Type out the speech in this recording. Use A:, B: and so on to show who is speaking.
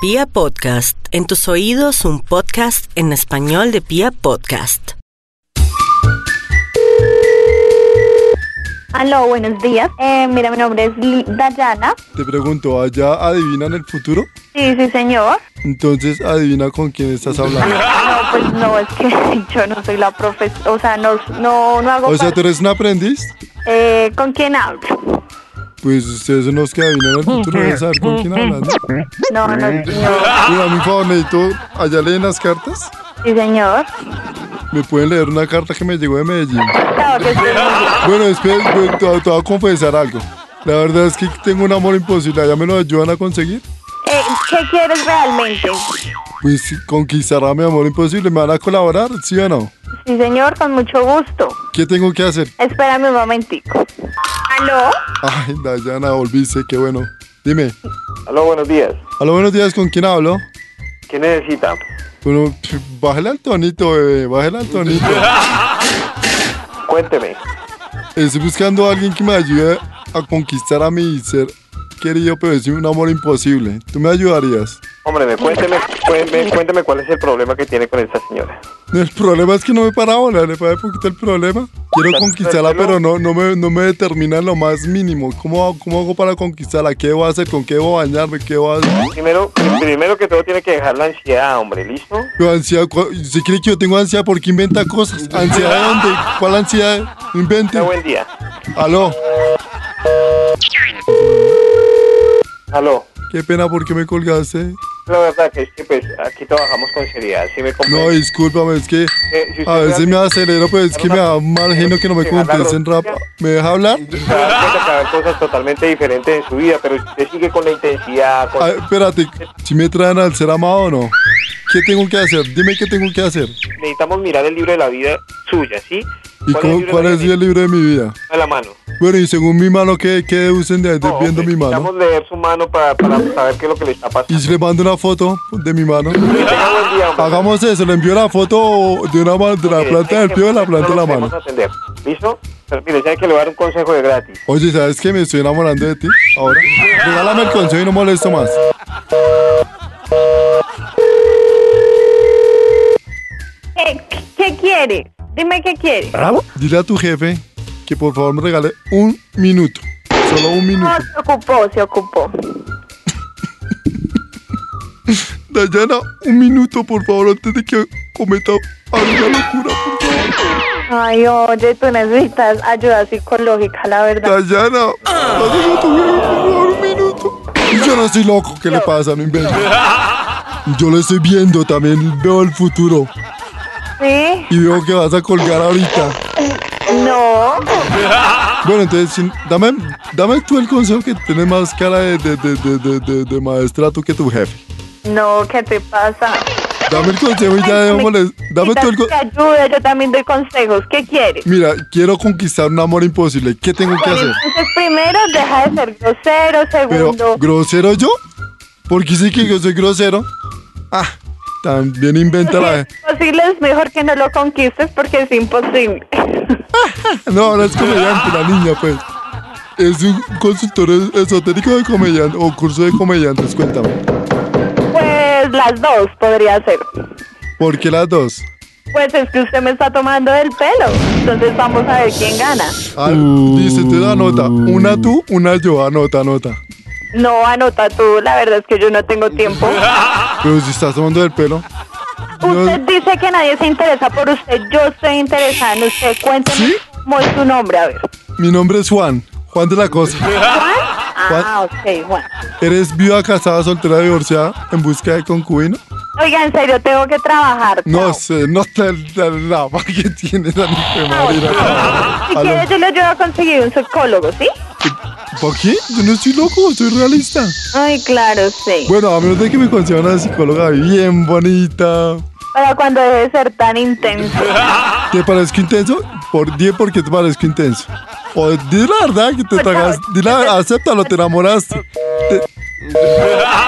A: Pia Podcast, en tus oídos un podcast en español de Pia Podcast.
B: Aló, buenos días. Eh, mira, mi nombre es Li- Dayana.
C: Te pregunto, ¿allá adivinan el futuro?
B: Sí, sí, señor.
C: Entonces adivina con quién estás hablando.
B: No, pues no, es que yo no soy la profesora, o sea, no, no, no hago...
C: O sea,
B: parte-
C: ¿tú eres un aprendiz?
B: Eh, ¿Con quién hablo?
C: Pues ustedes son los que adivinan el futuro, deben saber con quién hablan. ¿no?
B: No, no,
C: Eh.
B: no.
C: Mira, a mi favor, necesito, allá leen las cartas.
B: Sí, señor.
C: Me pueden leer una carta que me llegó de Medellín.
B: Claro que sí.
C: Bueno, después pues, te, te voy a confesar algo. La verdad es que tengo un amor imposible, ¿allá me lo ayudan a conseguir?
B: Eh, ¿Qué quieres realmente?
C: Pues conquistar a mi amor imposible, ¿me van a colaborar? ¿Sí o no?
B: Sí, señor, con mucho gusto.
C: ¿Qué tengo que hacer?
B: Espérame un momentico. ¿Aló?
C: Ay, Dayana, volviste, qué bueno. Dime,
D: Aló, buenos días.
C: hola, buenos días, ¿con quién hablo?
D: ¿Qué necesita?
C: Bueno, pf, pues, bájale al tonito, bebé, bájale al tonito.
D: Cuénteme.
C: Estoy buscando a alguien que me ayude a conquistar a mi ser querido, pero es un amor imposible. ¿Tú me ayudarías?
D: Hombre, me cuénteme, cuénteme, cuénteme cuál es el problema que tiene con esta señora.
C: El problema es que no me para bola, le para de poquito el problema. Quiero conquistarla, pero no, no, me, no me determina en lo más mínimo. ¿Cómo, hago- ¿Cómo hago para conquistarla? ¿Qué debo hacer? ¿Con qué debo bañarme? ¿Qué debo hacer?
D: Primero, pri- primero que todo tiene que dejar la ansiedad, hombre, ¿listo?
C: Yo ansiedad, cu- si cree que yo tengo ansiedad, ¿por qué inventa cosas? ¿Ansiedad de dónde? ¿Cuál ansiedad? No Invente.
D: Tenga buen día.
C: Aló.
D: Aló.
C: Qué pena, ¿por qué me colgaste?
D: La verdad que es que pues aquí trabajamos con seriedad, ¿sí me
C: No,
D: comprende?
C: discúlpame, es que
D: Eh, si usted
C: a veces me acelero, pero es que me da mal genio que no me
D: Llegar a la
C: compensen rap. ¿Me deja hablar?
D: Se va a dar cuenta que va a haber cosas totalmente diferentes en su vida, pero usted sigue con la intensidad, con...
C: Ay, espérate, si me traen al ser amado o no. ¿Qué tengo que hacer? Dime qué tengo que hacer.
D: necesitamos mirar el libro de la vida suya, ¿sí?
C: ¿Y cómo- cuál es el libro de mi vida?
D: A la mano.
C: Bueno, y según mi mano, ¿qué, qué deducen de, de-
D: No,
C: viendo
D: hombre,
C: mi mano?
D: Necesitamos leer su mano para, para saber qué es lo que le está
C: Y
D: pasando.
C: si le mando una foto de mi mano.
D: Que tenga buen día, hombre.
C: Hagamos eso, le envío la foto de, una, ma- de la
D: Eh,
C: planta del
D: hay
C: pie o de la
D: que-
C: planta de
D: no
C: la
D: lo
C: mano.
D: podemos atender, ¿Listo? Pero mire, sabe que le voy a dar un consejo de gratis.
C: Oye, ¿sabes qué? Me estoy enamorando de ti ahora. Regálame el consejo y no molesto más.
B: ¿Qué, eh, qué quieres? Dime qué quieres.
C: Dile a tu jefe que por favor me regale un minuto. Solo un
B: No,
C: minuto.
B: se ocupó, se ocupó.
C: Dayana, un minuto, por favor, antes de que cometa alguna locura, por favor.
B: Ay, oye, tú necesitas ayuda psicológica, la verdad.
C: Dayana, dáselo a tu jefe, por favor, un minuto. Yo no estoy loco, ¿qué le pasa? No invento. Yo lo estoy viendo, también veo el futuro.
B: ¿Sí?
C: Y veo que vas a colgar ahorita.
B: No.
C: Bueno, entonces, sin- dame, dame tú el consejo que tienes más cara de, de, de, de, de, de- de maestra tú que tu jefe.
B: No, ¿qué te pasa?
C: Dame el consejo y ya
B: Ay,
C: dejémosle.
B: me-
C: Dame
B: quitas
C: tú el
B: que
C: consejo.
B: ayuda, yo también doy consejos. ¿Qué quieres?
C: Mira, quiero conquistar un amor imposible. ¿Qué tengo que
B: Bueno,
C: hacer?
B: entonces, primero, deja de ser grosero.
C: Pero,
B: Segundo,
C: ¿grosero yo? Porque sí que yo soy grosero. Ah, también inventa
B: si
C: la.
B: es imposible, es mejor que no lo conquistes porque es imposible.
C: No, no es comediante la niña, pues. Es un consultor es- esotérico de comediante o curso de comediantes, cuéntame.
B: pues las dos podría ser.
C: ¿Por qué las dos?
B: Pues es que usted me está tomando del pelo. Entonces vamos a ver quién gana.
C: Ah, Dice, te da nota. Una tú, una yo. Anota, anota.
B: No, anota tú. La verdad es que yo no tengo tiempo.
C: Pero si estás tomando del pelo.
B: Usted dice que nadie se interesa por usted. Yo estoy interesada en usted. Cuénteme
C: ¿Sí?
B: cómo es su nombre, a ver.
C: Mi nombre es Juan. Juan de la Cosa.
B: ¿Juan? Ah, ok, Juan.
C: ¿Eres viuda, casada, soltera, divorciada, en busca de concubino?
B: Oiga, en serio, tengo que trabajar.
C: No
B: Chao.
C: sé, no te la lava que tiene la niña
B: Si quiere, yo le ayudo a conseguir un psicólogo, ¿sí?
C: ¿Por qué? Yo no estoy loco, soy realista.
B: Ay, claro, sí.
C: Bueno, a menos de que me consiga una psicóloga bien bonita.
B: Para cuando debe ser tan intenso.
C: ¿Te parezco intenso? Por 10 porque te parezco intenso. Pues, O di la verdad que te tragas, di la, acéptalo, te enamoraste. Te-